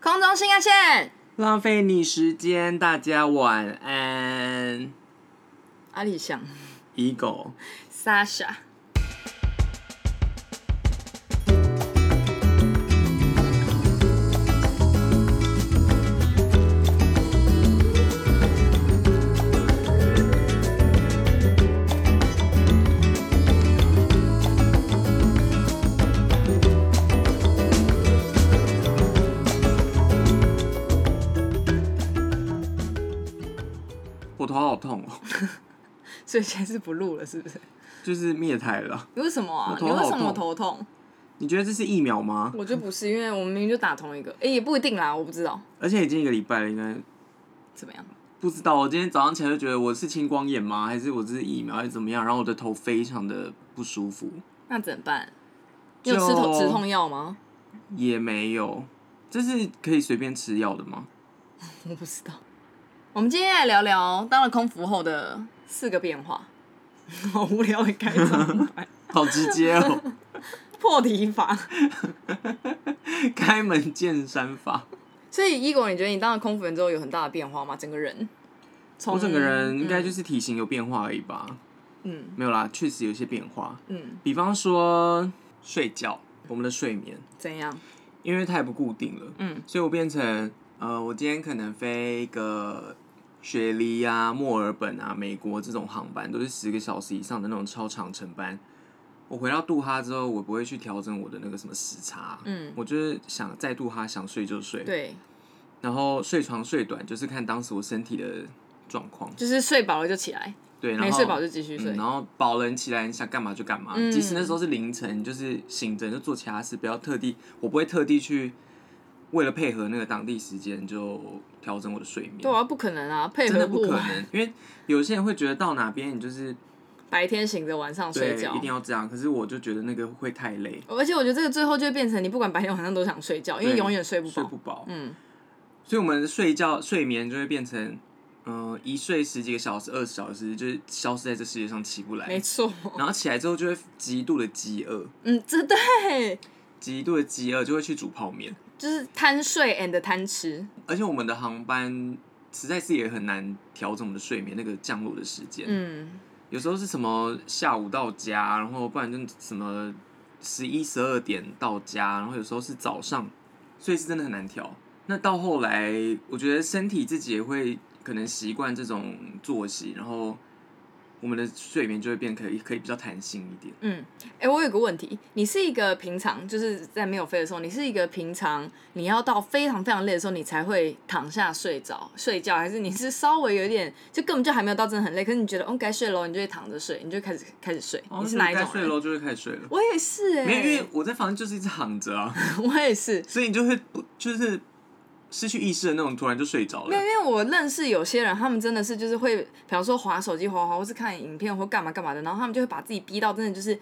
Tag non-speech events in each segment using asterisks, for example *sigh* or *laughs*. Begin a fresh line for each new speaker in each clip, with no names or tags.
空中新干线，
浪费你时间，大家晚安。
阿里翔
，Ego，
，Sasha，
我头好痛哦， *laughs*
所以现在是不录了，是不是？
就是灭胎了。
你为什么啊
我？头
你
好
为什么
痛
头痛？
你觉得这是疫苗吗？
我就不是，因为我们明明就打同 *laughs* 一个，哎、也不一定啦，我不知道
而且已经一个礼拜了，应该
怎么样。
不知道。我今天早上起来就觉得我是青光眼吗？还是我这是疫苗还是怎么样？然后我的头非常的不舒服，
那怎么办？你有
就
吃头止痛药吗？
也没有。这是可以随便吃药的吗？
*laughs* 我不知道。我们今天来聊聊当了空服后的四个变化。 *laughs* 好无聊的开场白，
好直接哦， *laughs*
破题法。
开门见山法。
*laughs* 所以，一果，你觉得你当了空服员之后有很大的变化吗？整个人，从
我整个人应该就是体型有变化而已吧，
嗯
没有啦，确实有些变化。
嗯
比方说睡觉，我们的睡眠，
怎样？
因为太不固定了，
嗯
所以我变成呃，我今天可能飞一个雪梨啊、墨尔本啊、美国这种航班，都是十个小时以上的那种超长程班。我回到杜哈之后，我不会去调整我的那个什么时差，
嗯，
我就是想在杜哈想睡就睡，
对，
然后睡床睡短就是看当时我身体的状况，
就是睡饱了就起来，
对，然后
没睡饱就继续睡
嗯、。然后保人起来，你想干嘛就干嘛。
嗯
即使那时候是凌晨，就是醒着就做其他事，不要特地，我不会特地去为了配合那个当地时间就调整我的睡眠。
对啊，不可能啊，配
嗯真
合
的不可
完。
能，因为有些人会觉得到哪边你就是
白天醒着，晚上
对
睡觉
一定。要这样，可是我就觉得那个会太累，
而且我觉得这个最后就会变成你不管白天晚上都想睡觉，因为
对
永远睡不
睡
饱
不。饱，
嗯，
所以我们的睡觉睡眠就会变成，嗯、一睡十几个小时、二十小时，就是消失在这世界上起不来
没。错。
然后起来之后就会极度的饥饿，
嗯，这对，
极度的饥饿就会去煮泡面。
就是贪睡 and 贪吃。
而且我们的航班实在是也很难调整我们的睡眠那个降落的时间，
嗯，
有时候是什么下午到家，然后不然就什么十一十二点到家，然后有时候是早上，所以是真的很难调。那到后来，我觉得身体自己也会可能习惯这种作息，然后我们的睡眠就会变可以可以比较弹性一点。
嗯，哎、我有个问题，你是一个平常就是在没有飞的时候，你是一个平常你要到非常非常累的时候，你才会躺下睡着睡觉，还是你是稍微有点 *laughs* 就根本就还没有到真的很累，可是你觉得哦该睡咯，你就会躺着睡，你就开始开始睡，你是哦哪一
该
种
睡
人？
喽，就会开始睡了。
我也是哎、
没有，因为我在房间就是一直躺着啊。
*laughs* 我也是。
所以你就会不就是失去意识的那种，突然就睡着
没有，
了。
因为我认识有些人，他们真的是就是会，比方说划手机划划，或是看影片或干嘛干嘛的，然后他们就会把自己逼到真的就是，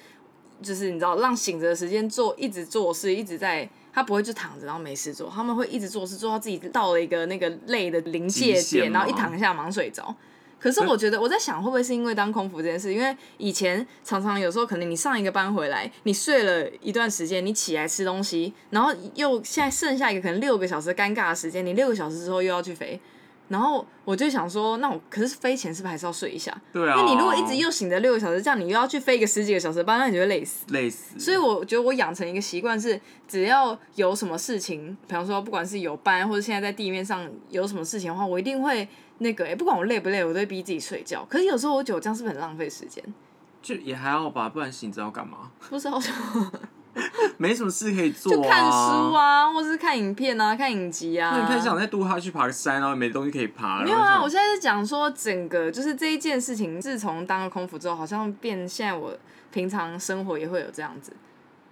就是你知道，让醒着的时间做一直做事，一直在，他不会就躺着然后没事做，他们会一直做事，做到自己到了一个那个累的临界
极限
点，然后一
吗
躺下马上睡着。可是我觉得我在想，会不会是因为当空服这件事？因为以前常常有时候可能你上一个班回来，你睡了一段时间，你起来吃东西，然后又现在剩下一个可能六个小时尴尬的时间，你六个小时之后又要去飞，然后我就想说，那我可是飞前是不是还是要睡一下？
对
因
啊，
为你如果一直又醒着六个小时，这样你又要去飞一个十几个小时的班，那你就会累死。
累死，
所以我觉得我养成一个习惯是，只要有什么事情，比方说不管是有班或者现在在地面上有什么事情的话，我一定会那个、欸，不管我累不累，我都会逼自己睡觉。可是有时候我觉得我这样是不是很浪费时间？
就也还好吧，不然醒着要干嘛？ *laughs*
不知道
没什么事可以做、啊，
就看书。啊，或是看影片啊，看影集啊。
那你看，想在杜哈去爬个山，然后没东西可以爬，
没有
然
啊，
后
我
就
现在是讲说整个就是这一件事情，自从当了空服之后，好像变现在我平常生活也会有这样子，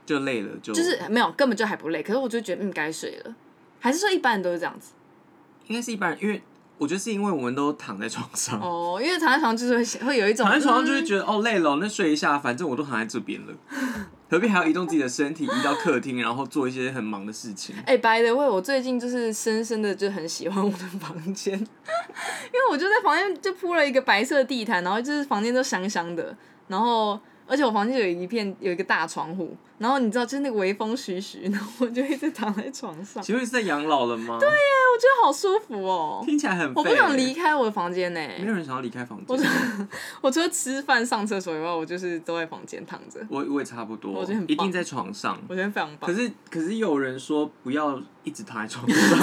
就累了，就
就是没有根本就还不累，可是我就觉得嗯该睡了，还是说一般人都是这样子
应该是一般人，因为我觉得是因为我们都躺在床上，
哦，因为躺在床上就是会会有一种
躺在床上就会
嗯
觉得、哦累了哦，那睡一下，反正我都躺在这边
*laughs*
了，何必还要移动自己的身体移到客厅，然后做一些很忙的事情？
哎、白的 by the way，我最近就是深深的就很喜欢我的房间， *laughs* 因为我就在房间就铺了一个白色地毯，然后就是房间都香香的，然后而且我房间有一片有一个大窗户，然后你知道，就是那个微风徐徐，然后我就一直躺在床
*laughs*
上，
请问是在养老了吗？对呀、
哎，我觉得好舒服哦。
*laughs* 听起来很、欸、
我不想离，开我的房间呢、
*laughs* 没有人想要离开房
我
间。
我除了吃饭、上厕所以外，我就是都在房间躺着。
我我也差不多，
我觉得很棒
一定在床上。
我觉得非常棒
可，是可是有人说不要一直躺在
*laughs*
床上，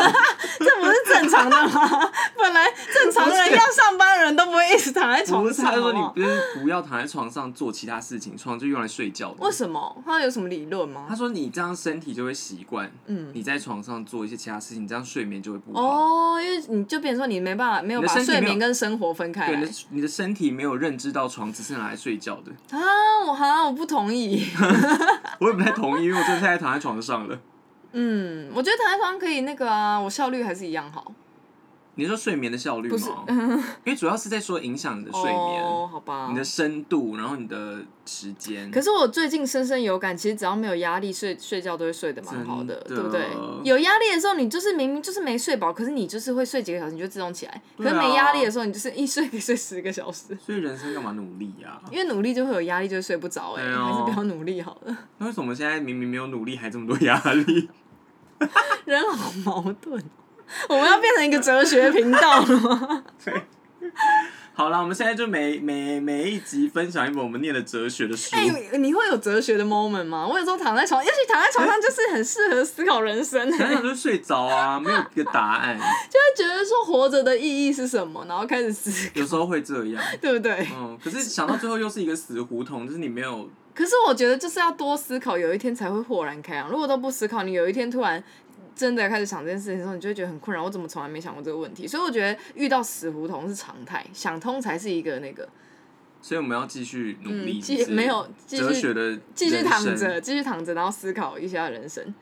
这不是正常的吗？ *laughs* 本来正常人要上班的人都不会一直躺在
不
床
是
上，哦
他
好
说你
不好
不是不要躺在床上做其他事情，床就用来睡觉的
为。什么？他有什么理论
他
吗？
说你这样身体就会习惯，
嗯，
你在床上做一些其他事情，这样睡眠就会不好。
哦，因为你就变成说你没办法，没有
你
把
的身体没
睡
有
眠跟生活分开
对，你
来
的你的身体没有认知到床只是拿来睡觉的，
啊！我哈，我不同意。 *laughs*
我也不太同意，因为我真的太爱躺在床上了。
嗯，我觉得躺在床上可以那个啊，我效率还是一样好。
你说睡眠的效率
不是
吗？因为主要是在说影响你的睡眠、
哦，好吧。
你的深度，然后你的时间。
可是我最近深深有感，其实只要没有压力，睡睡觉都会睡得蛮好的，对
真的
不对？有压力的时候，你就是明明就是没睡饱，可是你就是会睡几个小时，你就自动起来。可
对啊
是没压力的时候，你就是一睡 *laughs* 可以睡十个小时，
所以人生干嘛努力啊呀、
因为努力就会有压力，就会睡不着、哎、
对啊
还是不要努力好
*laughs*
了。
那为什么现在明明没有努力，还这么多压力？ *laughs*
人好矛盾哦，我们要变成一个哲学频道了
*laughs*
吗？
好啦，我们现在就每每每一集分享一本我们念的哲学的书。
哎、你会有哲学的 moment 吗？我有时候躺在床，也许躺在床上就是很适合思考人生、哎
想想就睡着啊，没有一个答案，
*laughs* 就会觉得说活着的意义是什么，然后开始思考，
有时候会这样。
对不对？
嗯，可是想到最后又是一个死胡同，就是你没有
可是我觉得就是要多思考，有一天才会豁然开朗。如果都不思考，你有一天突然真的开始想这件事情的时候，你就会觉得很困扰。我怎么从来没想过这个问题？所以我觉得遇到死胡同是常态，想通才是一个那个，
所以我们要继续努力，
嗯，
就
继
是
没有继
哲学
续
的
继续躺
人生。
着，继续躺着，然后思考一下人生。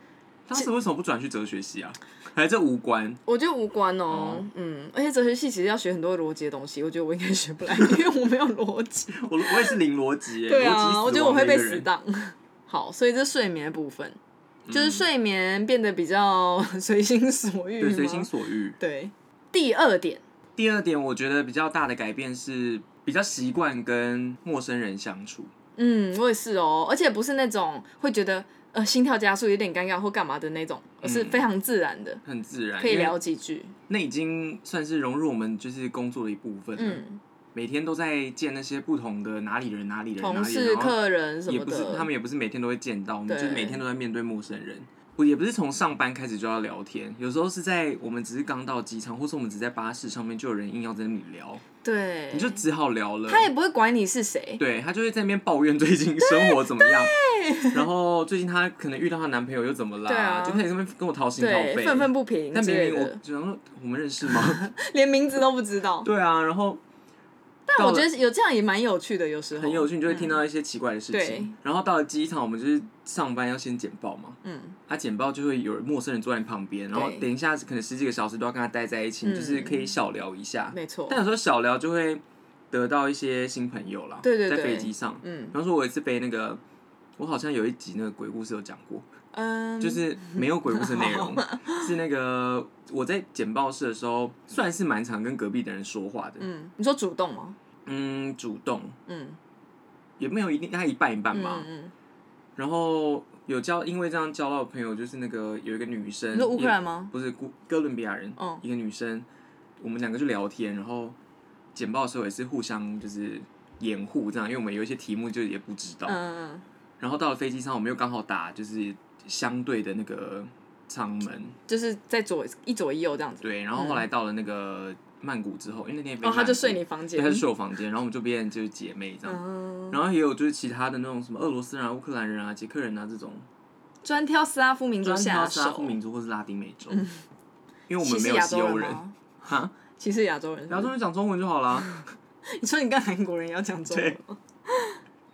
当时为什么不转去哲学系啊？还是这无关？
我觉得无关哦，
哦
嗯，而且哲学系其实要学很多逻辑的东西，我觉得我应该学不
*laughs*
来，因为我没有逻辑。
我我也是零逻辑耶，
对
逻辑死
啊，
亡
我觉得我会被
的一个
死
人，
当。好，所以这是睡眠的部分。
嗯
就是睡眠变得比较 *laughs* 随心所欲
对
吗
随心所欲。
对第二点，
第二点，我觉得比较大的改变是比较习惯跟陌生人相处。
嗯，我也是哦，而且不是那种会觉得呃心跳加速有点尴尬或干嘛的那种，而
嗯
是非常自然的，
很自然，
可以
因为
聊几句。
那已经算是融入我们就是工作的一部分了。
嗯，
每天都在见那些不同的哪里人、哪里人、
同
哪里
事、
嗯人，然后
客人什
也
么
不是
的，
他们也不是每天都会见到，我们
对
就是每天都在面对陌生人。我也不是从上班开始就要聊天，有时候是在我们只是刚到机场，或是我们只是在巴士上面就有人硬要在那里聊，
对
你，就呃只好聊了。
哎他也不会管你是谁，
对他就会在那边抱怨最近生活怎么样，然后最近她可能遇到她男朋友又怎么啦，
对啊
就开始在那边跟我掏心掏
对，
肺，
愤愤不平
但
之
明
类
明我
的，
就想说我们认识吗？ *laughs*
连名字都不知道。
对啊，然后
但我
到了
觉得有这样也蛮有趣的，有时候
很有趣，你就会听到一些奇怪的事情。
嗯对
然后到了机场，我们就是上班要先简报嘛，
嗯，
他、简报就会有陌生人坐在你旁边，然后
对
等一下可能十几个小时都要跟他待在一起，
嗯
你就是可以小聊一下。
没错
但，有时候小聊就会得到一些新朋友啦，
对对对
在飞机上，
嗯
比方说我有一次被那个。我好像有一集那个鬼故事有讲过，
嗯，
就是没有鬼故事的内容，是那个我在简报室的时候，算是蛮常跟隔壁的人说话的，
嗯，你说主动吗？
嗯，主动
嗯，
也没有一定，他一半一半
嗯
吧。
嗯，
然后有交，因为这样交到朋友，就是那个有一个女生，
你说乌克兰
也
吗？
不是哥哥伦比亚人，
嗯
一个女生，我们两个就聊天，然后简报的时候也是互相就是掩护这样，因为我们有一些题目就也不知道。
嗯嗯，
然后到了飞机上，我们又刚好打就是相对的那个舱门，
就是在左一左一右这样子。
对。然后后来到了那个曼谷之后，因为那天也飞
嗯哦，他
曼
就
谷
睡你，房
对，
间。
他就睡我房间，然后我们就变就是姐妹这样。
嗯，
然后也有就是其他的那种什么俄罗斯人啊、乌克兰人啊、捷克人啊这种，
专挑斯拉夫民族
专
下
挑斯拉
手嗯
夫，民族或是拉丁美洲， *laughs* 因为我
歧
们没
视
有
亚
西
洲
欧人，
吗？
哈，
歧视亚洲人是不
*laughs* 亚
是。
洲人讲中文就好啦。
你说你跟韩国人也要讲中文
*laughs* 对
吗？
*laughs*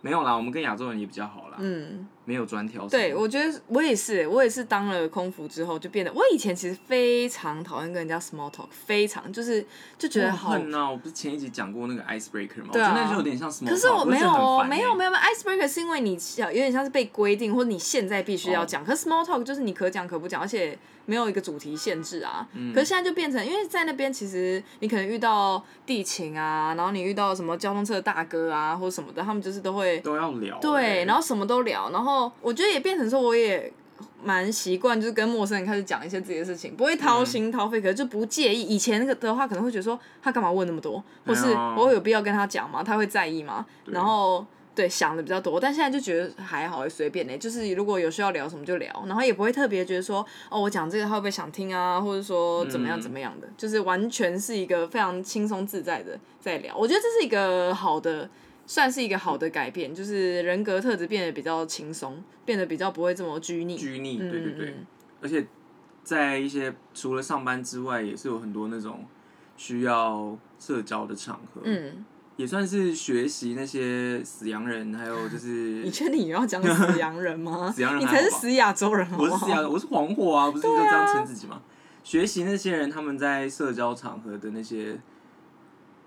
没有啦，我们跟亚洲人也比较好啦，
嗯，
没有专挑什么。
对，我觉得我也是，我也是当了空服之后就变得，我以前其实非常讨厌跟人家 small talk，非常就是就觉得
我
好
恨啊！我不是前一集讲过那个 icebreaker 吗？
对啊
我觉得那就有点像什么？
可是我没有哦，没有没有没
有。
有，icebreaker 是因为你小有点像是被规定，或者你现在必须要讲。可是 small talk 就是你可讲可不讲，而且没有一个主题限制啊。可是现在就变成，因为在那边其实你可能遇到地勤啊，然后你遇到什么交通车的大哥啊或什么的，他们就是都会
都要聊欸、
对，然
后
后什么都聊，然后后我觉得也变成说，我也蛮习惯，就是跟陌生人开始讲一些自己的事情，不会
嗯
掏心掏肺，可是就不介意。以前那个的话，可能会觉得说他干嘛问那么多，或是
对啊
我有必要跟他讲吗？他会在意吗？
对
然后。对，想的比较多，但现在就觉得还好，随便呢。欸就是如果有需要聊什么就聊，然后也不会特别觉得说，哦，我讲这个他会不会想听啊，或者说怎么样
嗯
怎么样的，就是完全是一个非常轻松自在的在聊。我觉得这是一个好的，算是一个好的改变，就是人格特质变得比较轻松，变得比较不会这么拘泥。
拘泥，
嗯
对对对，
嗯
而且在一些除了上班之外，也是有很多那种需要社交的场合，
嗯，
也算是学习那些死洋人，还
*laughs*
有就
你
是
确定你要讲死洋人吗？
*laughs* 死洋人
你
还好
才是
吧
死亚洲人好不
我
好？
是死洋人，我是黄祸啊，不是就这样称自己吗？学习那些人他们在社交场合的那些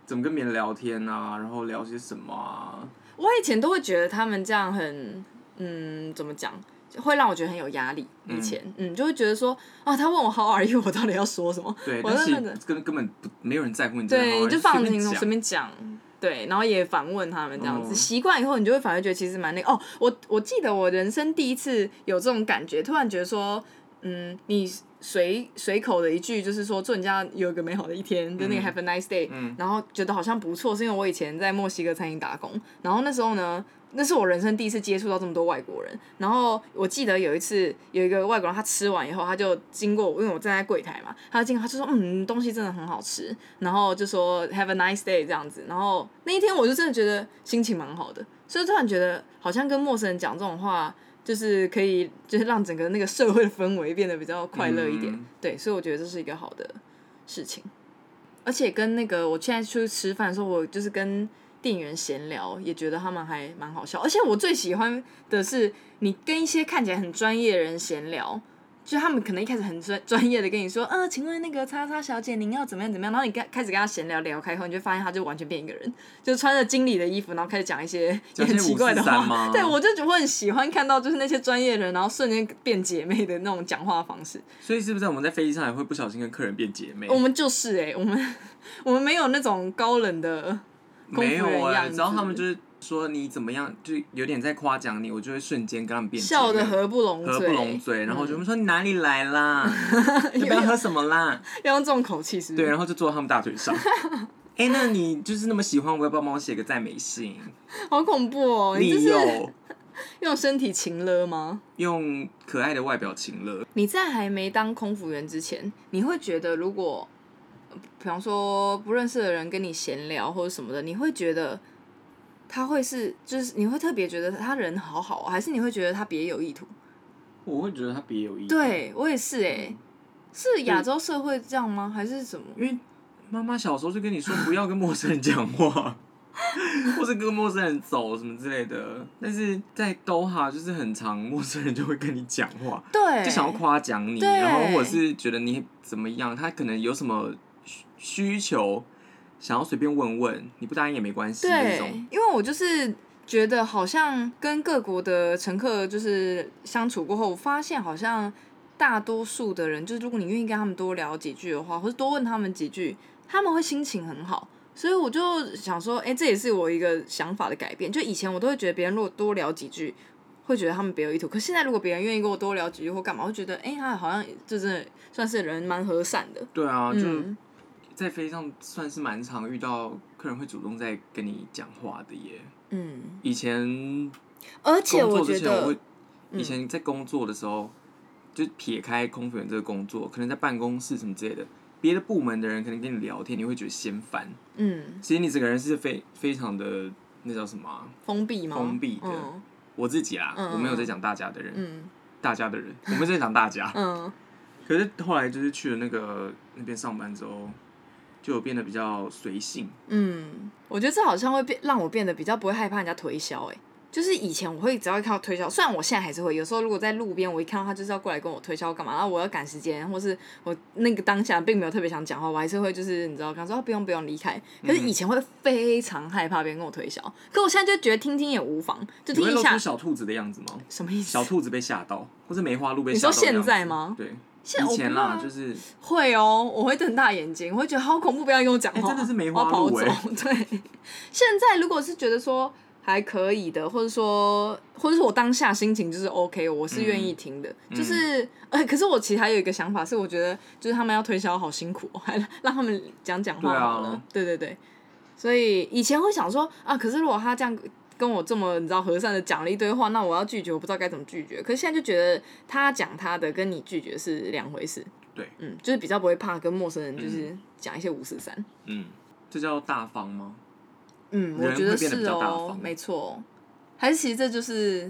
怎么跟别人聊天啊，然后聊些什么啊，
我以前都会觉得他们这样很，嗯，怎么讲，会让我觉得很有压力。以前，嗯就会觉得说，啊，他问我 How are you，我到底要说什么？
对，
我
但
就是那个
根根本不没有人在乎你这个人，
对，
好
你就
随
放
便
轻松，
讲
随便讲。对，然后也反问他们这样子，
嗯
习惯以后你就会反而觉得其实蛮那个哦。我我记得我人生第一次有这种感觉，突然觉得说，嗯，你随随口的一句就是说祝人家有一个美好的一天，就那个
嗯
Have a nice day，、
嗯
然后觉得好像不错，是因为我以前在墨西哥餐厅打工，然后那时候呢，那是我人生第一次接触到这么多外国人。然后我记得有一次有一个外国人，他吃完以后，他就经过我，因为我站在柜台嘛，他就经过，他就说嗯，东西真的很好吃，然后就说 Have a nice day 这样子。然后那一天我就真的觉得心情蛮好的，所以突然觉得好像跟陌生人讲这种话。就是可以，就是让整个那个社会的氛围变得比较快乐一点，
嗯
对，所以我觉得这是一个好的事情。而且跟那个我现在出去吃饭的时候，我就是跟店员闲聊，也觉得他们还蛮好笑。而且我最喜欢的是，你跟一些看起来很专业的人闲聊，就他们可能一开始很专 *laughs* 专业的跟你说，呃，请问那个叉叉小姐您要怎么样怎么样，然后你跟开始跟他闲聊聊开后，你就发现他就完全变一个人，就穿着经理的衣服，然后开始讲一些
讲一些
很奇怪的
543
话
吗。
对，我就觉得我很喜欢看到就是那些专业人，然后瞬间变姐妹的那种讲话方式。
所以是不是我们在飞机上也会不小心跟客人变姐妹？
我们就是哎、我们 *laughs* 我们没有那种高冷的功
没
夫人
有
样
啊，
子，
只要他们就是说你怎么样，就有点在夸奖你，我就会瞬间跟他们变姐妹
笑得合不拢
合
嘴，
不拢嘴，然后我就会说你哪里来啦？
*laughs*
要不要喝什么啦？
要用这种口气是不是？
对，然啊后就坐到他们大
*laughs*
腿上。哎、那你就是那么喜欢，我要不要帮我写个赞美信？
好恐怖哦！你这
利
是
诱
用身体情勒吗？
用可爱的外表情了，
你在还没当空服员之前，你会觉得如果，呃比方说不认识的人跟你闲聊或者什么的，你会觉得他会是就是你会特别觉得他人好好哦，还是你会觉得他别有意图？
我会觉得他别有意思。，
对我也是哎、
嗯
是亚洲社会这样吗？还是什么？
因为妈妈小时候就跟你说不要跟陌生人讲话， *laughs* 或是跟陌生人走什么之类的，但是在 Doha 就是很常陌生人就会跟你讲话，
对，
就想要夸奖你，
对
然后或者是觉得你怎么样，他可能有什么需需求，想要随便问问，你不答应也没关系那
对
种。，
因为我就是觉得好像跟各国的乘客就是相处过后，我发现好像大多数的人，就是如果你愿意跟他们多聊几句的话，或是多问他们几句，他们会心情很好。所以我就想说，哎、这也是我一个想法的改变。就以前我都会觉得别人如果多聊几句，会觉得他们别有意图。可现在如果别人愿意跟我多聊几句或干嘛，我会觉得，哎、他好像就真的算是人蛮和善的。
对啊，就
嗯，
在飞机上算是蛮常遇到客人会主动在跟你讲话的耶。
嗯，
以前
而且
工
我
作
觉
之前，我
得嗯
会，以前在工作的时候，就撇开空服员这个工作，可能在办公室什么之类的，别的部门的人可能跟你聊天，你会觉得嫌烦。
嗯，
其实你整个人是非非常的那叫什么啊、
封闭吗？
封闭的
嗯
我自己啦，
嗯
我没有在讲大家的人，
嗯
大家的人，我们在讲大家。 *laughs*
嗯
可是后来就是去了那个那边上班之后，就有变得比较随性。
嗯，我觉得这好像会变让我变得比较不会害怕人家推销，哎，就是以前我会只要看到推销，虽然我现在还是会，有时候如果在路边我一看到他就是要过来跟我推销干嘛，然后我要赶时间，或是我那个当下并没有特别想讲话，我还是会就是你知道跟他说、啊不用不用离开，
嗯
可是以前会非常害怕别人跟我推销，可我现在就觉得听听也无妨，就
你
听
会
一
露
下
出小兔子的样子吗？
什么意思
小？兔子被吓到，或是梅花鹿被吓到。
你说现在吗？
对，
现
以前
我
啦，
不会啊
就是
会哦，我会瞪大眼睛，我会觉得好恐怖，不要跟我讲话、
哎真的是梅
我 *laughs*
花
要跑
鹿
走。
哎
对，现在如果是觉得说还可以的，或者说，或者是我当下心情就是 OK，我是愿意听的。
嗯
就是， *laughs* 呃，可是我其实还有一个想法是，我觉得就是他们要推销好辛苦哦，还让他们讲讲话
啊
好了。对对对，所以以前会想说啊，可是如果他这样跟我这么你知道和善的讲了一堆话，那我要拒绝，我不知道该怎么拒绝。可是现在就觉得他讲他的跟你拒绝是两回事。
对，
嗯，就是比较不会怕跟陌生人就是讲一些五四三。
嗯，这叫大方吗？
嗯，我
人
觉得
会变得比
是
较大
哦
方，
没错，还是其实这就是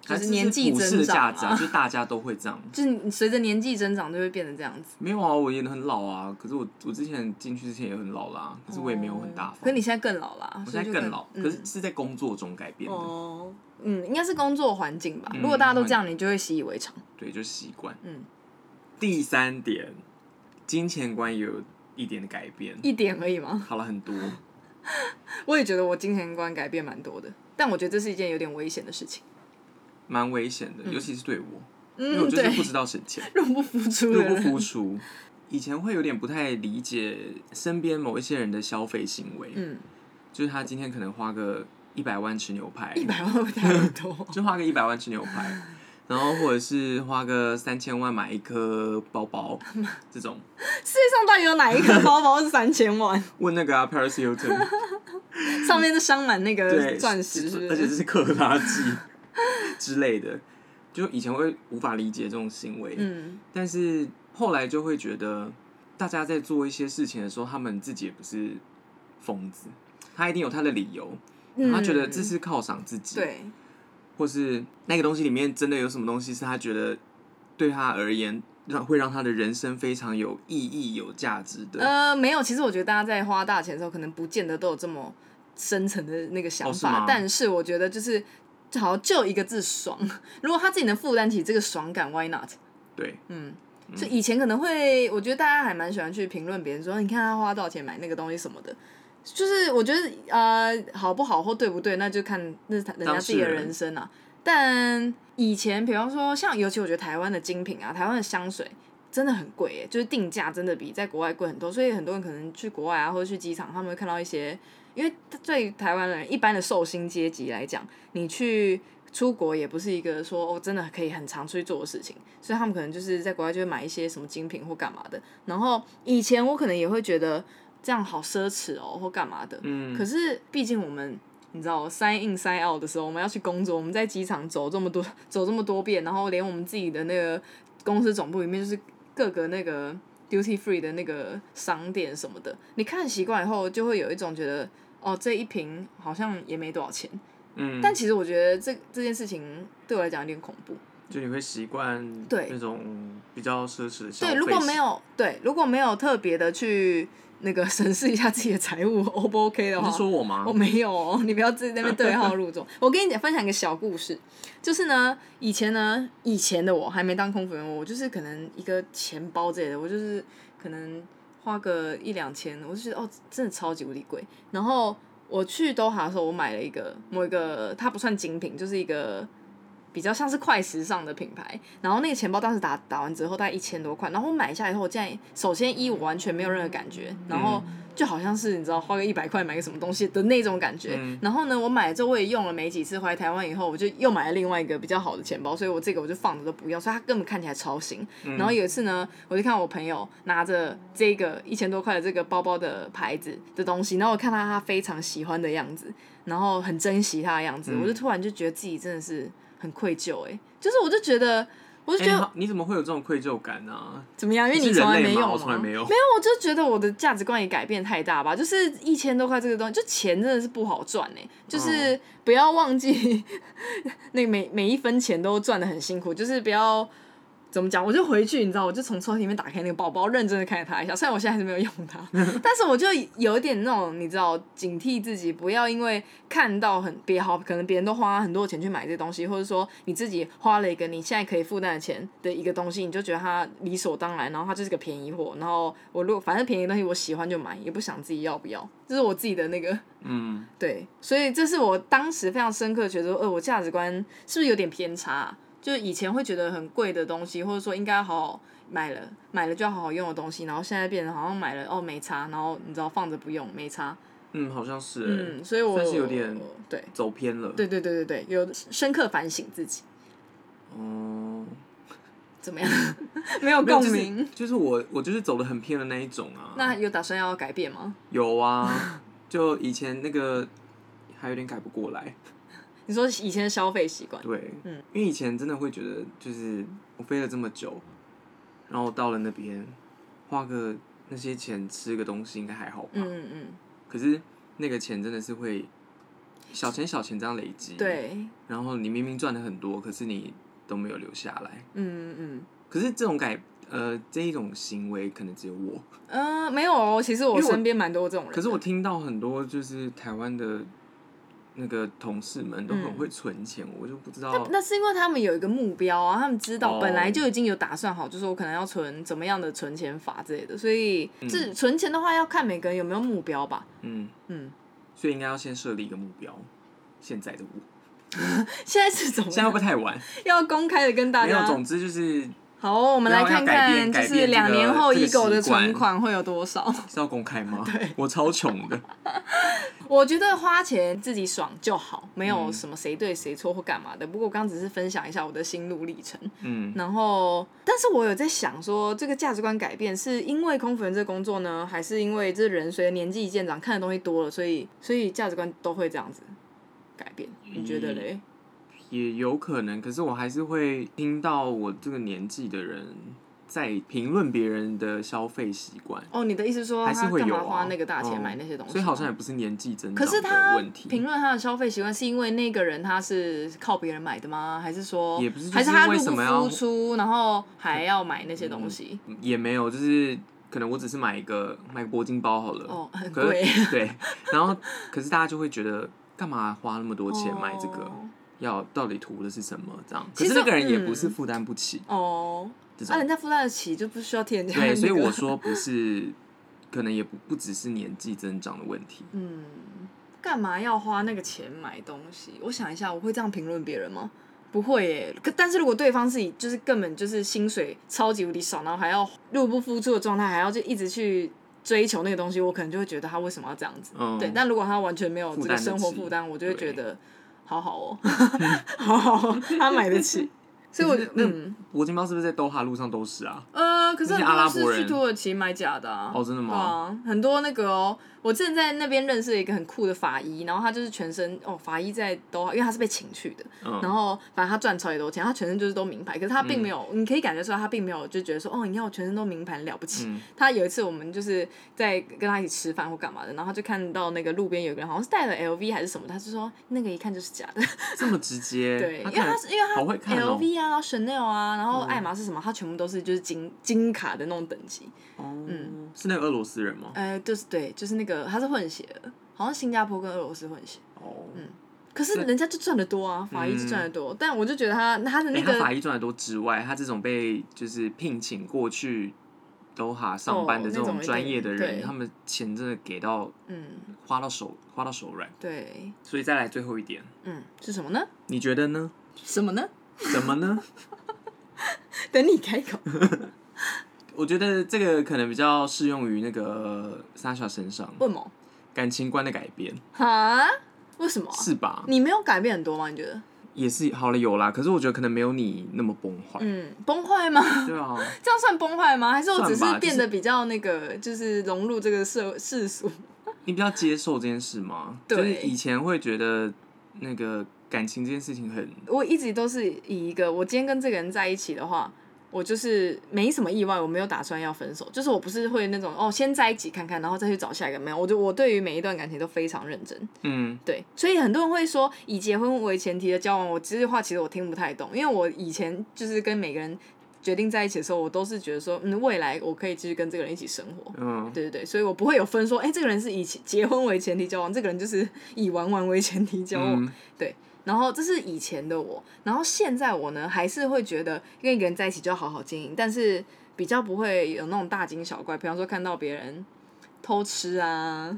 就
还
是
是
年纪
普世
增
的价
长
值啊，
啊，
就是大家都会这样。
*laughs* 就是你随着年纪增长就会变成这样子。
没有啊，我也很老啊，可是我我之前进去之前也很老啦，可是我也没有很大方。
哦可你现在更老啦，
我
所以
现在
就
更老，
嗯
可是是在工作中改变的，
哦，嗯，应该是工作环境吧。
嗯
如果大家都这样，你就会习以为常。
对，就习惯。
嗯，
第三点，金钱观也有一点的改变，
一点而已嘛。
好了
*laughs*
很多。
我也觉得我金钱观改变蛮多的，但我觉得这是一件有点危险的事情。
蛮危险的，尤其是对我，因为
嗯，
我就是
对，
不知道省钱，
*laughs* 入不敷出
入
的
不
人，
敷出。以前会有点不太理解身边某一些人的消费行为，
嗯，
就是他今天可能花个一百万吃牛排，？
一百万会不会太多
就花个一百万吃牛排，然后或者是花个三千万买一颗包
*laughs*
包，这种
*laughs* 世界上到底有哪一个包包是三千万？
问那个啊 Paris Hilton，
*laughs* 上面是镶满那个
对，
钻石，是不
而且
是？
是克拉计之类的，就以前会无法理解这种行为，
嗯，
但是后来就会觉得，大家在做一些事情的时候，他们自己也不是疯子，他一定有他的理由，
嗯
他觉得这是犒赏自己，，
对，
或是那个东西里面真的有什么东西是他觉得对他而言让会让他的人生非常有意义、有价值的。
呃，没有。其实我觉得大家在花大钱的时候，可能不见得都有这么深层的那个想
哦是
法，
吗
但是我觉得就是。就好，就一个字爽。 *laughs* 如果他自己能负担起这个爽感，Why not？
对，
嗯，就以前可能会，我觉得大家还蛮喜欢去评论别人说，你看他花多少钱买那个东西什么的。就是我觉得呃，好不好或对不对，那就看那是他人家
当
自
事
己的
人
人生啊。但以前，比方说像，尤其我觉得台湾的精品啊，台湾的香水真的很贵耶，就是定价真的比在国外贵很多，所以很多人可能去国外啊，或者去机场，他们会看到一些，因为对台湾人一般的寿星阶级来讲，你去出国也不是一个说哦真的可以很常出去做的事情，所以他们可能就是在国外就会买一些什么精品或干嘛的。然后以前我可能也会觉得这样好奢侈哦，或干嘛的，
嗯
可，是毕竟我们你知道塞 in 塞 out 的时候，我们要去工作，我们在机场走这么多 *laughs* 走这么多遍，然后连我们自己的那个公司总部里面就是各个那个 duty free 的那个商店什么的，你看习惯以后，就会有一种觉得哦这一瓶好像也没多少钱，
嗯，
但其实我觉得这这件事情对我来讲有点恐怖。
就你会习惯
对
那种比较奢侈的消费。
对，如果没，有对如果没有特别的去那个 *laughs* 审视一下自己的财务 O 不 OK 的
你
话，
是说我吗
我？没有哦，你不要自己在那边对号入座。我跟你讲，分享一个小故事，就是呢，以前呢，以前的我还没当空服员，我就是可能一个钱包之类的，我就是可能花个一两千，我就觉得哦，真的超级无敌贵。然后我去多哈的时候，我买了一个某一个，它不算精品，就是一个。比较像是快时尚的品牌，然后那个钱包当时打打完折后大概一千多块，然后我买下来以后，我竟然首先一我完全没有任何感觉，然后就好像是你知道花个一百块买个什么东西的那种感觉。
嗯
然后呢，我买了之后我也用了没几次，回来台湾以后我就又买了另外一个比较好的钱包，所以我这个我就放着都不要，所以它根本看起来超新。
嗯
然后有一次呢，我就看我朋友拿着这个一千多块的这个包包的牌子的东西，然后我看到他非常喜欢的样子，然后很珍惜他的样子，
嗯
我就突然就觉得自己真的是很愧疚哎、就是我就觉得。我就
哎
觉
你
得
好你怎么会有这种愧疚感呢、啊？
怎么样？因为
你
你
是
从来
人
没
类吗
用吗，
我从来没有
没有，我就觉得我的价值观也改变太大吧。就是一千多块这个东西，就钱真的是不好赚哎、就是不要忘记 *laughs* 那每每一分钱都赚的很辛苦，就是不要。怎么讲？我就回去，你知道，我就从抽屉里面打开那个包包，认真的看它一下。虽然我现在还是没有用它， *laughs* 但是我就有一点那种，你知道，警惕自己，不要因为看到很别好，可能别人都花很多钱去买这东西，或者说你自己花了一个你现在可以负担的钱的一个东西，你就觉得它理所当然，然后它就是个便宜货。然后我如果反正便宜的东西我喜欢就买，也不想自己要不要，这是我自己的那个
嗯，
对，所以这是我当时非常深刻地觉得说，呃，我价值观是不是有点偏差啊、就以前会觉得很贵的东西，或者说应该好好买了，买了就要好好用的东西，然后现在变成好像买了哦没差，然后你知道放着不用没差，
嗯，好像是、欸，
嗯，所以我
算是有点
对
走偏了。
对对对对对，有深刻反省自己，
哦、
怎么样？ *laughs* 没有
没有
共鸣。
就是，就是我我就是走的很偏的那一种啊。
那有打算要改变吗？
有啊， *laughs* 就以前那个还有点改不过来，
你说以前的消费习惯，
对，啊
嗯
因为以前真的会觉得，就是我飞了这么久，然后到了那边花个那些钱吃个东西应该还好吧，
嗯嗯嗯，
可是那个钱真的是会小钱小钱这样累积，，
对，
然后你明明赚了很多，可是你都没有留下来，
嗯嗯嗯。
可是这种改呃这一种行为可能只有我，
呃，没有哦，其实我
因为我
身边蛮多这种人的。
可是我听到很多就是台湾的那个同事们都很
嗯
会存钱，我就不知
那
道。
那是因为他们有一个目标啊，他们知道
哦
本来就已经有打算好，就是我可能要存怎么样的存钱法之类的，所以这存钱的话要看每个人有没有目标吧。
嗯，
嗯，
所以应该要先设立一个目标。现在的我，
现在是怎么
现在会
样
不会太晚？
要公开的跟大
没有，
家？
总之就是
好哦、我们来
要要
看
改
看，就
变改变
是
这
两
个
年后
这个
一狗的
习惯
存款会有多少？
是要公开吗？我超穷的。
*laughs* 我觉得花钱自己爽就好，没有
嗯
什么谁对谁错或干嘛的。不过我刚刚只是分享一下我的心路历程，
嗯，
然后，但是我有在想说，这个价值观改变是因为空服员这个工作呢，还是因为这人随着年纪渐长，看的东西多了，所以所以价值观都会这样子改变？你觉得
嗯
嘞？
也有可能，可是我还是会听到我这个年纪的人在评论别人的消费习惯，
哦，你的意思说
还是
他
会
干
有
嘛
啊。
花那个大钱
嗯
买那些东西？
所以好像也不是年纪增
可
长
是他
的问题。
评论他的消费习惯，是因为那个人他是靠别人买的吗？还是说，
也不是就是
还是他
为
入
什
不
么要嗯
敷出，然后还要买那些东西？
也没有，就是可能我只是买一个买个铂金包好了，
哦，很
可
贵，
是 *laughs* 对，然后可是大家就会觉得干嘛花那么多钱买这个？
哦
要到底图的是什么？这样，可
其实
是那个人也不是
嗯
负担不起
哦，
这
啊，
种，
人家负担得起，就不需要替人家、那
*laughs* 对，
个。
所
*laughs*
以我说不是， *laughs* 可能也不不只是年纪增长的问题，
嗯，干嘛要花那个钱买东西？我想一下，我会这样评论别人吗？不会耶。可但是如果对方是以就是根本就是薪水超级无敌少，然后还要入不敷出的状态，还要就一直去追求那个东西，我可能就会觉得他为什么要这样子？
嗯，
对。但如果他完全没有
负
这
担
个
得
生活
起
负担，我就会觉
对
得好好哦， *laughs* 好好哦，他买得
*laughs*
起。所以我
可是
就
那
嗯
铂金包是不是在多哈路上都是啊？
呃，可是很
那些
多
阿拉伯
是去
人
土耳其买假的啊。
哦真的吗
对啊，很多那个哦，我之前在那边认识了一个很酷的法医，然后他就是全身哦，法医在都，因为他是被请去的，然
嗯，
后反正他赚超级多钱，他全身就是都名牌，可是他并没有，你可以感觉出来他并没有就觉得说哦，你看我全身都名牌很了不起。
嗯
他有一次我们就是在跟他一起吃饭或干嘛的，然后他就看到那个路边有个人好像是带了 LV 还是什么，他就说那个一看就是假
*laughs*
的。
这么直接，
对，因为
看
他是因为他
好会看哦嗯
LV 啊、Chanel 啊，然后爱马仕什么，他全部都是就是金金卡的那种等级。
哦，是那个俄罗斯人吗？
嗯呃，就是对，就是那个他是混血的，好像新加坡跟俄罗斯混血。
哦，
可是人家就赚得多啊，法医就赚得多，但我就觉得他他的
哎，
那
他
个、
法医赚的多之外，他这种被就是聘请过去都哈上班的
哦
这
那种
种
一
专
定
业的人，
对
他们钱真的给到
嗯，
花到手花到手软。
对，
所以再来最后一点，
嗯，是什么呢？
你觉得呢？
什么呢？
怎么呢？ *laughs*
等你开口。
我觉得这个可能比较适用于那个 Sasha 身上，
问某
感情观的改变
哈？为什么啊、
是吧？
你没有改变很多吗？你觉得？
也是好了有啦，可是我觉得可能没有你那么崩坏。
嗯，崩坏吗？ *laughs*
对啊，
这样算崩坏吗？还是我只
算
是
吧就是
变得比较那个，就是融入这个社世俗？
你比较接受这件事吗？
对
就是以前会觉得那个感情这件事情很
我一直都是以一个我今天跟这个人在一起的话，我就是没什么意外，我没有打算要分手，就是我不是会那种哦，先在一起看看，然后再去找下一个，没有，我就我对于每一段感情都非常认真，
嗯
对，所以很多人会说以结婚为前提的交往，我这句话其实我听不太懂，因为我以前就是跟每个人决定在一起的时候，我都是觉得说，嗯，未来我可以继续跟这个人一起生活。
嗯
对对对，所以我不会有分说，哎、这个人是以结婚为前提交往，这个人就是以玩玩为前提交往。
嗯
然后这是以前的我，然后现在我呢，还是会觉得跟一个人在一起就要好好经营，但是比较不会有那种大惊小怪，比方说看到别人偷吃啊，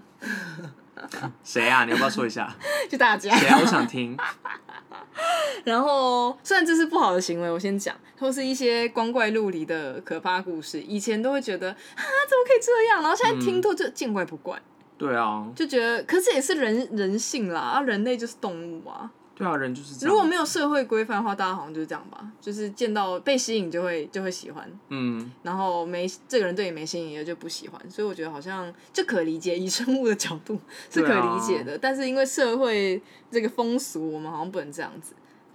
*laughs*
谁啊？你要不要说一下？
就大家，
谁啊？我想听。
然后虽然这是不好的行为，我先讲，或是一些光怪陆离的可怕故事，以前都会觉得啊怎么可以这样，然后现在听多就见怪不怪，
对啊，
就觉得，可是也是人人性啦，啊，人类就是动物啊。
对啊，人就是这样。
如果没有社会规范的话，大家好像就是这样吧，就是见到被吸引就会就会喜欢，
嗯，
然后没这个人对你没吸引力就不喜欢，所以我觉得好像这可理解，以生物的角度 *laughs* 是可
对啊
理解的，但是因为社会这个风俗，我们好像不能这样子。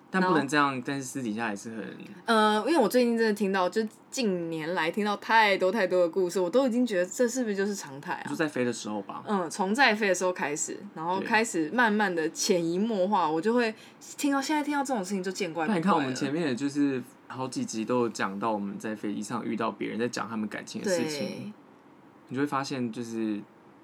但
然后
不能这样，但是私底下也是很
呃，因为我最近真的听到，就近年来听到太多太多的故事，我都已经觉得这是不是就是常态啊
就？在飞的时候吧。
嗯，从在飞的时候开始，然后
对
开始慢慢的潜移默化，我就会听到现在听到这种事情就见怪不怪
那你看我们前
面
面也就是好几集都有讲到我们在飞机上遇到别人在讲他们感情的事情，
对，
你就会发现就是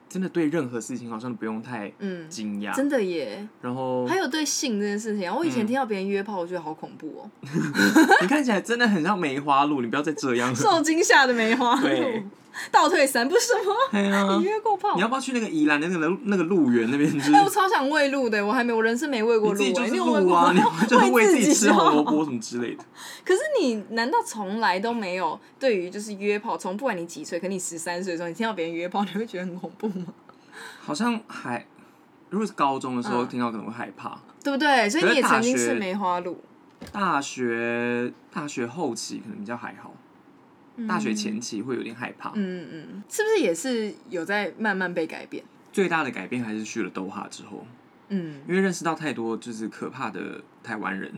真的对任何事情好像都不用太
嗯，
惊讶。
真的耶。
然后
还有对性这件事情啊，我以前
哦嗯
听到别人约炮，我觉得好恐怖哦， *laughs*
你看起来真的很像梅花鹿，你不要再
*laughs*
这样了。
受惊吓的梅花
*laughs* 对
鹿，倒退三步什么？
对啊
你，约过炮
你？要不要去那个宜兰的那个那个鹿园那
*laughs*
边？就是
哎，我超想喂鹿的，我还没，我人生没喂过鹿
你自己就
哎，
是
你有喂
鹿
过吗
啊，你就是
*laughs* 喂
喂自己吃
哦
红萝卜什么之类的。
可是你难道从来都没有对于就是约炮，从不管你几岁，可能你十三岁的时候，你听到别人约炮，你会觉得很恐怖吗？
好像还如果是高中的时候
嗯
听到可能会害怕，
对不对？所以
可
你
是
也曾经
大学
是梅花鹿，
大学大学后期可能比较还好，大学前期会有点害怕。
嗯，嗯嗯，是不是也是有在慢慢被改变？
最大的改变还是去了 Doha 之后，
嗯，
因为认识到太多就是可怕的台湾人，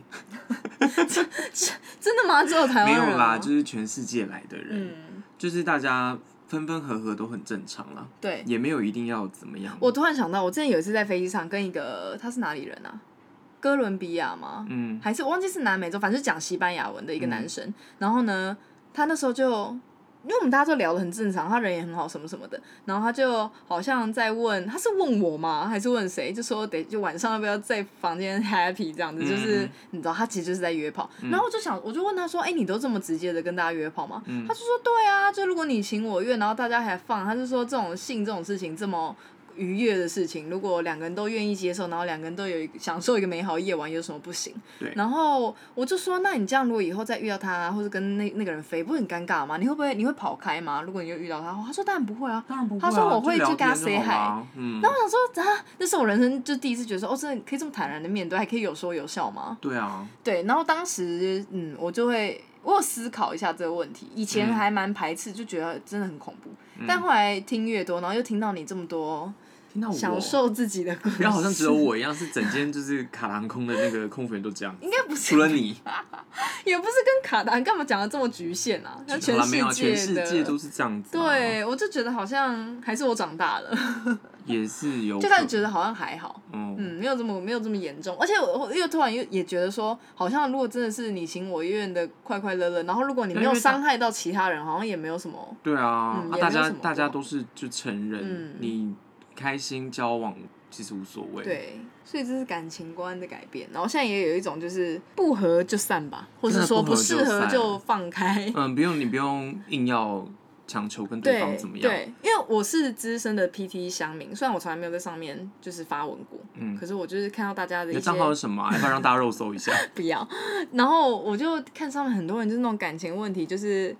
真的吗？只有台湾
没
人哦
有啦，
吗
就是全世界来的人，
嗯，
就是大家分分合合都很正常啦，
对。
也没有一定要怎么样。
我突然想到，我之前有一次在飞机上跟一个他是哪里人啊？哥伦比亚吗？
嗯，
还是我忘记是南美洲，反正是讲西班牙文的一个男生。然后呢，他那时候就，因为我们大家都聊得很正常，他人也很好，什么什么的。然后他就好像在问，他是问我吗？还是问谁？就说得就晚上要不要在房间 happy 这样子，
嗯
就是
嗯
你知道，他其实就是在约炮。然后我就想，我就问他说：“哎、你都这么直接的跟大家约炮吗？”
嗯
他就说：“对啊，就如果你情我愿，然后大家还放。”他就说这种性这种事情这么。愉悦的事情，如果两个人都愿意接受，然后两个人都有一个享受一个美好的夜晚，有什么不行？
对
然后我就说，那你这样如果以后再遇到他，或者跟那那个人飞，不会很尴尬吗？你会不会你会跑开吗？如果你又遇到他，他说当然不会啊。
当然不会、啊。
他说我会
就
去跟他
聊天
say
就好啦嗯
然，后我想说啊，那是我人生就第一次觉得说，哦，真的可以这么坦然的面对，还可以有说有笑吗？
对啊，
对，然后当时嗯，我就会我有思考一下这个问题，以前
嗯
还蛮排斥，就觉得真的很恐怖，但后来听越多，然后又听到你这么多
听哦到我
享受自己的故
*laughs*
事，
不要好像只有我一样，是整间就是卡航空的那个空服员都这
*laughs*
样，
应该不是
除了你，
也不是跟卡达，你干嘛讲的这么局限啊？那
好啦
世
没有啊全
界
世
的，
界都是这样子、啊，，
对我就觉得好像还是我长大了，
也是有可，
就开始觉得好像还好，
嗯，
嗯，没有这么没有这么严重。而且我我又突然又也觉得说，好像如果真的是你情我愿的快快乐乐，然后如果你没有
对因为大
伤害到其他人，好像也没有什么。
对啊，
嗯
啊
也
大
没有
家
什么
大家
不好
都是就成人，
嗯
你开心交往其实无所谓，，
对，所以这是感情观的改变。然后现在也有一种就是不合就散吧，或
真
是
的
说不
不合就
适合
散
就放开。
嗯，不用你不用硬要强求跟对方怎么样，
对，因为我是资深的 PT 乡民，虽然我从来没有在上面就是发文过，
嗯
可是我就是看到大家的
你
一
的
些
账号是什么啊、要不要让大家肉搜
*laughs*
一下？
不要，然后我就看上面很多人就是那种感情问题，就是。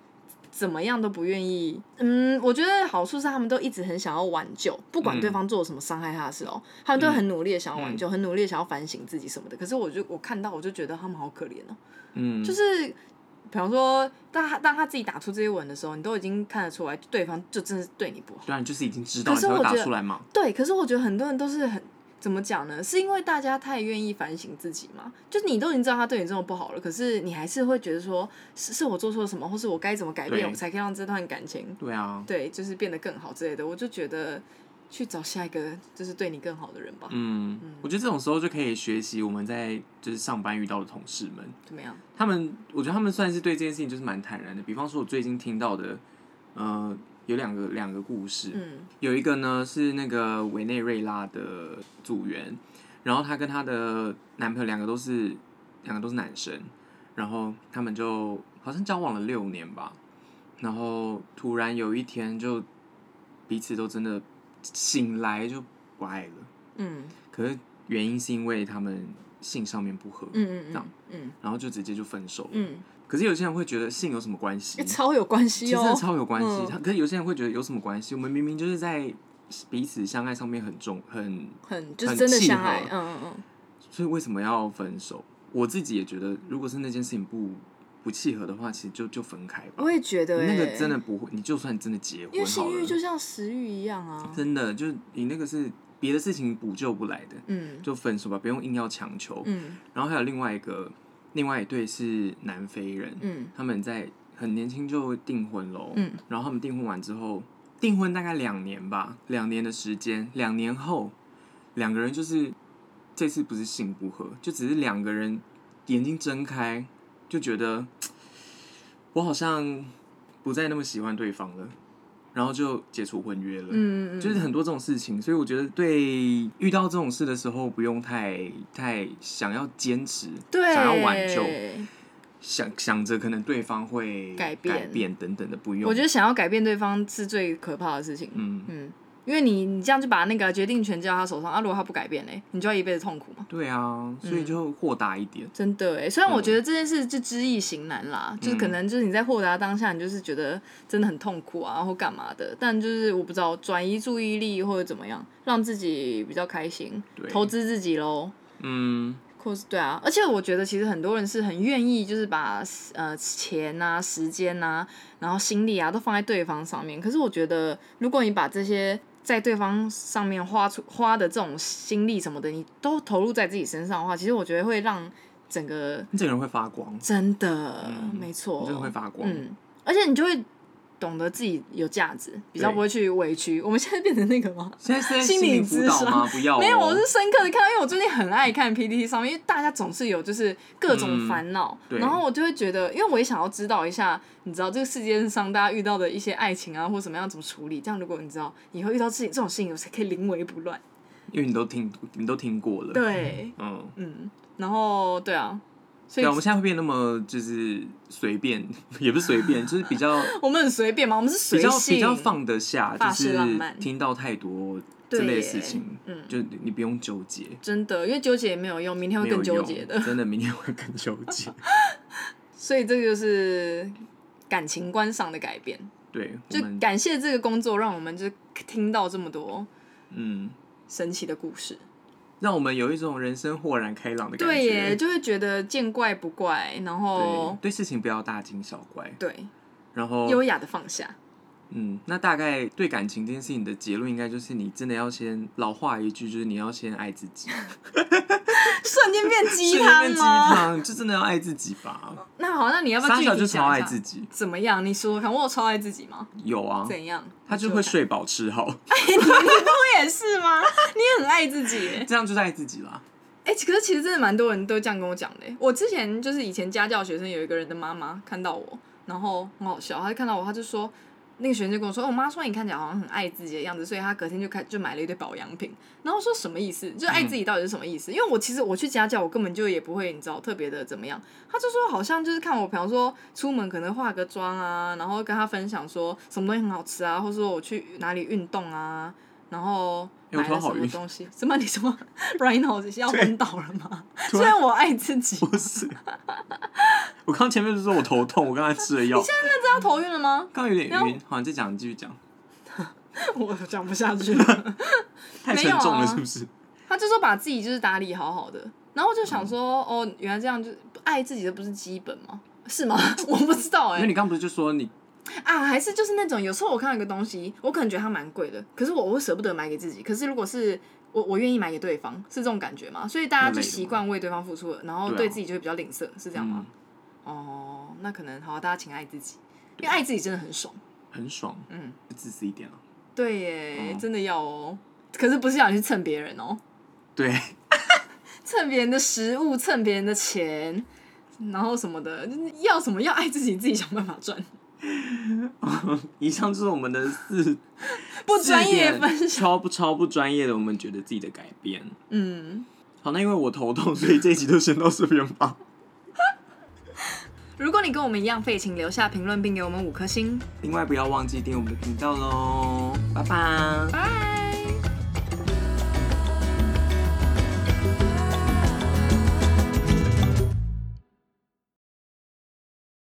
怎么样都不愿意，嗯，我觉得好处是他们都一直很想要挽救，不管
嗯
对方做什么伤害他的事哦、他们都很努力的想要挽
嗯
救，很努力的想要反省自己什么的。可是我就我看到我就觉得他们好可怜哦、
嗯，
就是比方说，当他当他自己打出这些文的时候，你都已经看得出来，对方就真的是对你不好。
对啊，你就是已经知道
可
你
是
才会
我
打
觉得
出来嘛，
对，可是我觉得很多人都是很怎么讲呢？是因为大家太愿意反省自己嘛？就是你都已经知道他对你这么不好了，可是你还是会觉得说，是是我做错了什么，或是我该怎么改变，
对
我才可以让这段感情
对啊，
对，就是变得更好之类的。我就觉得去找下一个就是对你更好的人吧，
嗯，我觉得这种时候就可以学习我们在就是上班遇到的同事们。
怎么样？
他们，我觉得他们算是对这件事情就是蛮坦然的。比方说，我最近听到的，呃，有两个两个故事，
嗯
有一个呢是那个委内瑞拉的组员，然后她跟她的男朋友两个都是两个都是男生，然后他们就好像交往了六年吧，然后突然有一天就彼此都真的醒来就不爱了，
嗯
可是原因是因为他们性上面不合，
嗯
这
嗯
样
嗯
然后就直接就分手了。
嗯
可是有些人会觉得性有什么关系？
嗯，超有关系
其实真
哦
的。超有关系
嗯。
他可是有些人会觉得有什么关系？我们明明就是在彼此相爱上面很重很，
很就是
很
真的
契
相爱
合，
嗯嗯嗯，
所以为什么要分手？我自己也觉得，如果是那件事情不不契合的话，其实就就分开吧
我。也觉得、欸，
那个真的，不会，你就算真的结
因为
婚好
性欲
了，
就像食欲一样啊，
真的就是你那个是别的事情补救不来的，
嗯
就分手吧，不用硬要强求。
嗯
然后还有另外一个，另外一对是南非人，
嗯
他们在很年轻就订婚喽。
嗯，
然后他们订婚完之后，订婚大概两年吧，两年的时间，两年后，两个人就是这次不是性不合，就只是两个人眼睛睁开就觉得我好像不再那么喜欢对方了，然后就解除婚约了。
嗯嗯，
就是很多这种事情，所以我觉得对遇到这种事的时候，不用太太想要坚持，
对，
想要挽救，想想着可能对方会
改变
变、等等的，不用。
我觉得想要改变对方是最可怕的事情，
嗯，
嗯，因为你你这样就把那个决定权交到他手上，啊，如果他不改变嘞，你就要一辈子痛苦嘛。
对啊，所
嗯
以就豁达一点。
真的哎，虽然我觉得这件事就知易行难啦，
嗯
就是可能就是你在豁达当下，你就是觉得真的很痛苦啊，或干嘛的，但就是我不知道转移注意力或者怎么样，让自己比较开心，
对
投资自己喽。
嗯，
或是对啊，而且我觉得其实很多人是很愿意，就是把呃钱啊、时间啊，然后心力啊都放在对方上面。可是我觉得，如果你把这些在对方上面花出花的这种心力什么的，你都投入在自己身上的话，其实我觉得会让整个
你这个人会发光，
真的、
嗯
没错
你，真的会发光。
嗯，而且你就会懂得自己有价值，比较
对
不会去委屈。我们现在变成那个吗？
现在是在
心
心
理
理辅
咨
导
商
吗？不要、哦，
没有，我是深刻的看到，因为我最近很爱看 PPT 上面，因为大家总是有就是各种烦恼，
嗯对
然后我就会觉得，因为我也想要知道一下，你知道这个世界上大家遇到的一些爱情啊，或怎么样怎么处理，这样如果你知道以后遇到事情这种事情，我才可以临危不
*laughs*
乱。
因为你都听，你都听过了。，
对，
嗯，
嗯，然后对啊，所以
对啊，我们现在会变那么就是随便， *laughs* 也不是随便，就是比较
我们很随便嘛，我们是 *laughs* 随
比较
性，
比较放得下，
法
就
式
是
浪漫
听到太多
对
这
耶
类事情，
嗯
就你不用纠结，
真的，因为纠结也没有用，明天会
没有
更纠
用
结的，
真的明天会更纠
*laughs*
结。
所以这个就是感情观上的改变。
对，我
就
们
感谢这个工作，让我们就听到这么多
嗯，
神奇的故事。
让我们有一种人生豁然开朗的感觉。
对耶，就会哦觉得见怪不怪，然
对
后
对事情不要大惊小怪，
对
然后
优雅的放下。
嗯，那大概对感情这件事情的结论应该就是，你真的要先老话一句，就是你要先爱自己，
瞬间变鸡
顺便
汤
变鸡
吗？
汤，就真的要爱自己吧。
那好，那你要不要
傻
具
小就
体
超
讲一
爱
下
自？己，
怎么样？你说说看，我有超爱自己吗？
有啊，
怎样？
他就
你说
会
说
睡饱吃好，
看。 *laughs* 你不也是吗？你也很爱自己耶。
这样就是爱自己啦。
哎、可是其实真的蛮多人都这样跟我讲的耶。欸我之前就是以前家教学生有一个人的妈妈看到我，然后很好笑，她就看到我，她就说。那个学生就跟我说：“哦我妈说你看起来好像很爱自己的样子，所以她隔天就开就买了一堆保养品。”然后我说什么意思？就是爱自己到底是什么意思？因为我其实我去家教，我根本就也不会，你知道特别的怎么样。她就说好像就是看我，比方说出门可能化个妆啊，然后跟她分享说什么东西很好吃啊，或者说我去哪里运动啊，然后
哎我
买了
突然
什
好
么
晕
东西？什么你什么 rhino 是要昏倒了
*laughs*
吗？虽然我爱自己，
不是，我刚前面不是说我头痛，我刚才吃了药，
这样头晕了吗？
刚刚有点晕，好，你再讲，你继续讲，
*laughs* 我讲不下去了。
太
没
沉
有啊
重了，是不是？
*laughs* 他就说把自己就是打理好好的，然后我就想
嗯
说，哦，原来这样就是爱自己的不是基本吗？是吗？ *laughs* 我不知道哎、
因为你刚不是就说你
啊，还是就是那种有时候我看到一个东西，我可能觉得它蛮贵的，可是我我会舍不得买给自己。可是如果是我我愿意买给对方，是这种感觉吗？所以大家
那
就
类的
习
吗
惯为对方付出了，然后
对啊
对自己就会比较吝啬，是这样吗
嗯？
哦，那可能好，大家请爱自己，因为爱自己真的很爽。
很爽，
嗯，
自私一点啊，
对耶，
嗯
真的要哦。可是不是要你去蹭别人哦，
对，
蹭别人的食物，蹭别人的钱，然后什么的，就是要什么要爱自己，自己想办法赚。
以上就是我们的四
不 *laughs* 专业
四点
分享，
超不超不专业的，我们觉得自己的改变。
嗯。
好，那因为我头痛，所以这一集就先到这边吧。
如果你跟我们一样废，请留下评论并给我们五颗星。
另外，不要忘记订阅我们的频道喽，拜拜。
拜。